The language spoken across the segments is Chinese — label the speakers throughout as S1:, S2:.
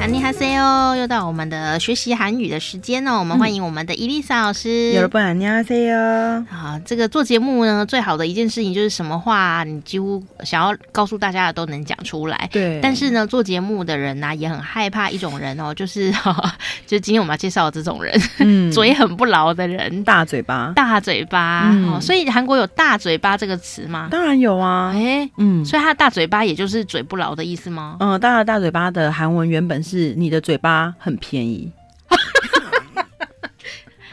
S1: 안녕하세요，又 E 到我们的学习韩语的时间哦。我们欢迎我们的伊丽莎老师。
S2: 여러분 안녕하세요.
S1: 啊，这个做节目呢，最好的一件事情就是什么话、你几乎想要告诉大家的都能讲出来。
S2: 对
S1: 但是呢，做节目的人呢、啊也很害怕一种人哦，就是 就是今天我们要介绍的这种人，
S2: 嗯
S1: 嘴很不牢的人，
S2: 大嘴巴
S1: 大嘴巴、
S2: 嗯
S1: 哦。所以韩国有“大嘴巴”这个词吗？
S2: 当然有啊。
S1: 哎、
S2: 嗯
S1: 所以他的大嘴巴也就是嘴不牢的意思吗？
S2: 嗯，大家大嘴巴的韩文原本是你的嘴巴很便宜，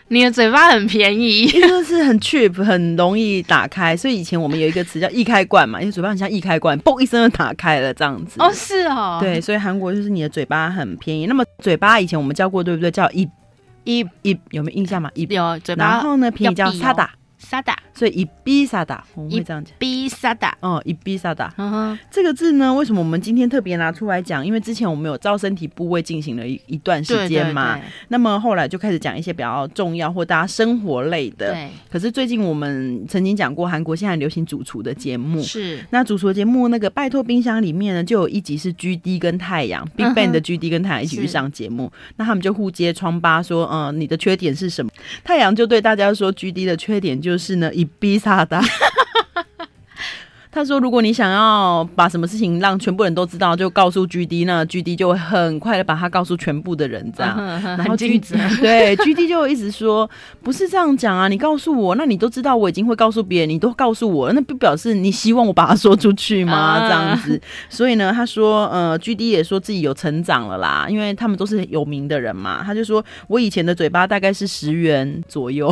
S1: 你的嘴巴很便 宜。
S2: 因为就是很 cheap，很 容易打开，所以以前我们有一个词叫易开罐嘛，因为嘴巴很像易开罐，嘣一声就打开了这样子。
S1: 哦，是哦，，
S2: 对，所以韩国就是你的嘴巴很便宜。那么嘴巴以前我们教过，对不对？叫一
S1: 一
S2: 一，有没有印象嘛？一。
S1: 有嘴
S2: 然
S1: 巴
S2: 后呢，便宜
S1: 要
S2: 叫
S1: 闭哦
S2: 萨达，
S1: 沙达
S2: 所以一逼萨达，我们
S1: 一
S2: 会这样讲。
S1: 逼沙达，
S2: 哦，一逼萨达。
S1: 嗯哼，
S2: 这个字呢，为什么我们今天特别拿出来讲？因为之前我们有照身体部位进行了一一段时
S1: 对
S2: 间
S1: 对
S2: 嘛，
S1: 对
S2: 那么后来就开始讲一些比较重要或大家生活类的。
S1: 对。
S2: 可是最近我们曾经讲过，韩国现在很流行主厨的节目。
S1: 是，
S2: 那主厨的节目那个拜托冰箱里面呢，就有一集是 G D 跟太阳、Big
S1: 嗯哼
S2: Bang 的 G D 跟太阳一起去
S1: 是
S2: 上节目，那他们就互揭疮疤，说，嗯、你的缺点是什么？太阳就对大家说，G D 的缺点就是呢，以逼萨达。 他说，如果你想要把什么事情让全部人都知道，就告诉 G D，那 G D 就会很快的把它告诉全部的人，这样。
S1: 嗯哼
S2: 然
S1: 很
S2: 后
S1: 尽
S2: G
S1: 责
S2: 对 G D 就一直说不是这样讲啊，你告诉我，那你都知道我已经会告诉别人，你都告诉我了，那不表示你希望我把它说出去吗？
S1: 啊
S2: 这样子，所以呢，他说呃，G D 也说自己有成长了啦，因为他们都是有名的人嘛，他就说我以前的嘴巴大概是十元左右。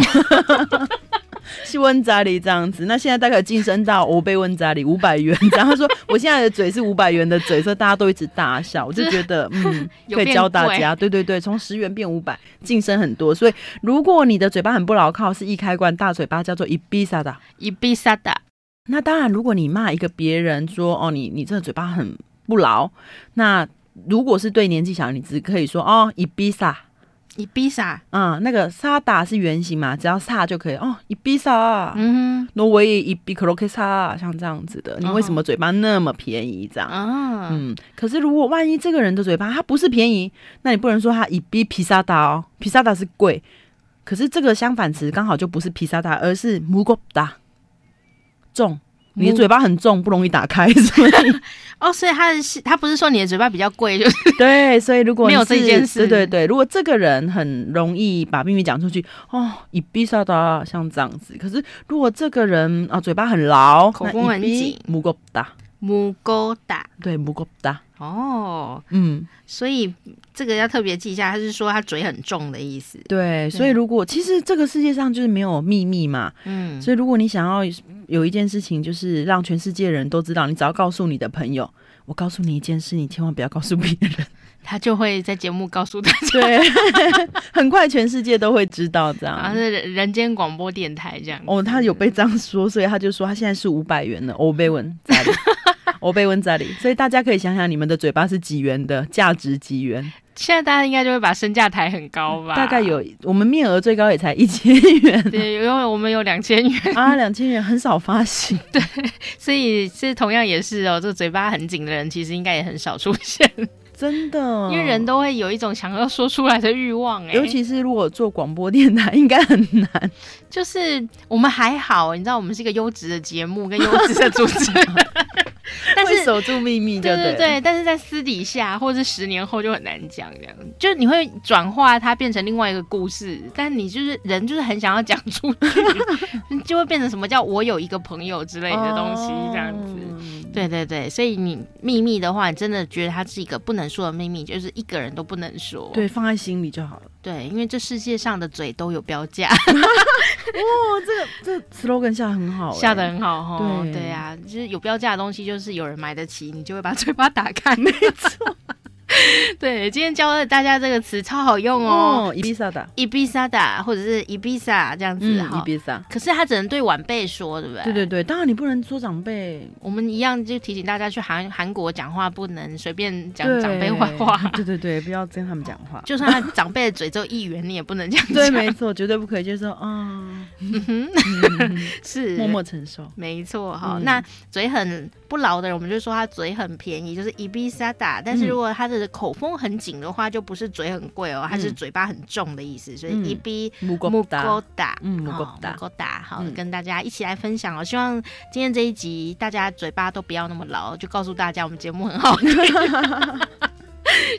S2: 是温扎里这样子，那现在大概晋升到欧贝温扎里五百元，然后 他说我现在的嘴是五百元的嘴，所以大家都一直大笑，我就觉 得嗯，
S1: 有
S2: 可以
S1: 变
S2: 教大
S1: 贵
S2: 家，对对对，从十元变五百，晋升很多。所以如果你的嘴巴很不牢靠，是一开关大嘴巴叫做一比萨达。
S1: 一比萨达，
S2: 那当然，如果你骂一个别人说哦，你你这个嘴巴很不牢，那如果是对年纪小，你只可以说哦一比萨。
S1: 一比萨，
S2: 啊、那个萨达是圆形嘛，只要萨就可以哦，一比萨。
S1: 嗯
S2: 挪威也一比克罗克萨，像这样子的，你为什么嘴巴那么便宜这
S1: 哼，
S2: 样？
S1: 啊，
S2: 嗯，可是如果万一这个人的嘴巴他不是便宜，那你不能说他一比披萨达哦，披萨达是贵，可是这个相反词刚好就不是披萨达，而是무겁다，重，你的
S1: 무
S2: 嘴巴很重，不容易打开，所以
S1: 哦，所以他的是他不是说你的嘴巴比较贵，就是
S2: 对，所以如果你
S1: 没有这
S2: 是
S1: 件事
S2: 对对对，如果这个人很容易把秘密讲出去，哦，以必杀的像这样子。可是如果这个人啊嘴巴很牢，
S1: 口风很紧
S2: 母狗大，
S1: 母狗打
S2: 对母狗大，
S1: 哦，
S2: 嗯，
S1: 所以这个要特别记一下，他是说他嘴很重的意思，
S2: 对。所以如果其实这个世界上就是没有秘密嘛，
S1: 嗯，
S2: 所以如果你想要有一件事情，就是让全世界人都知道，你只要告诉你的朋友。我告诉你一件事，你千万不要告诉别 人。
S1: 他就会在节目告诉大家，
S2: 对， 很快全世界都会知道这样。
S1: 然 后是人人间广播电台这样，
S2: 哦，他有被这样说，所以他就说他现在是五百元的欧贝文在 里，欧贝文在里，所以大家可以想想你们的嘴巴是几元的，价值几元？
S1: 现在大家应该就会把身价抬很高吧，
S2: 大概。有我们面额最高也才一千 元
S1: 对，因为我们有两千元，
S2: 啊，两千元很少发行。
S1: 所以这同样也是哦。这嘴巴很紧的人，其实应该也很少出现。
S2: 嗯真的，
S1: 因为人。都会有一种想要说出来的欲望、哎，
S2: 尤其是如果做广播电台， 应该很难。
S1: 就是我们还好，你知道，我们是一个优质的节目跟优质的主持 人，但
S2: 会
S1: 是。
S2: 守住秘密就
S1: 对
S2: 对
S1: 对
S2: 了，
S1: 对，但是在私底下，或者是十年后就很难讲，这样就你会转化它变成另外一个故事，但你就是人就是很想要讲出 去，就会变成什么叫我有一个朋友之类的东西这样子。
S2: 子。
S1: 对对对，所以你秘密的话，你真的觉得它是一个不能说的秘密，就是一个人都不能说。
S2: 哦对，放在心里就好了。
S1: 对，因为这世界上的嘴都有标价。
S2: 哦，这个这个 slogan 下得很好、欸，
S1: 下的很好哦，
S2: 对
S1: 对啊，就是有标价的东西，就是有人买得起，你就会把嘴巴打开。没错。对，今天教了大家这个词，超好用哦。
S2: 哦，伊比萨的，
S1: 伊比萨达或者是伊比萨这样子
S2: 嗯，伊
S1: 哈、
S2: 比萨。
S1: 可是他只能对晚辈说，对不对？
S2: 对对对，当然你不能说长辈
S1: 我们一样就提醒大家，去韩韩国讲话不能随便讲长辈坏
S2: 对
S1: 话，
S2: 对对对，不要跟他们讲话。
S1: 就算他长辈的嘴只有一元，你也不能这样
S2: 对，
S1: 讲。
S2: 没错，绝对不可以，就是说啊，
S1: 是
S2: 默默承受。
S1: 没错哈、
S2: 嗯
S1: 那嘴很不牢的人，我们就说他嘴很便宜，就是伊比萨达。但
S2: 嗯
S1: 是如果他的口风很紧的话，就不是嘴很贵哦，他是嘴巴很重的意思，所以伊比
S2: 嗯木
S1: 木
S2: 狗
S1: 勾
S2: 达，
S1: 达，
S2: 嗯木
S1: 哦
S2: 勾达
S1: 木勾达，好，
S2: 嗯
S1: 跟大家一起来分享哦。希望今天这一集大家嘴巴都不要那么牢，就告诉大家我们节目很好 听。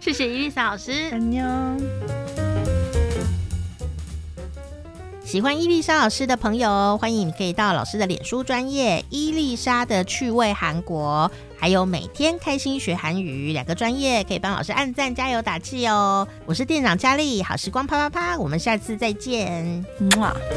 S1: 谢谢伊丽莎老师。
S2: 安妞。
S1: 喜欢伊丽莎老师的朋友，欢迎你可以到老师的脸书专业“伊丽莎的趣味韩国”，还有每天开心学韩语两个专业，可以帮老师按赞加油打气哦。我是店长佳丽，好时光啪啪啪，我们下次再见。
S2: 嗯啊。
S1: 「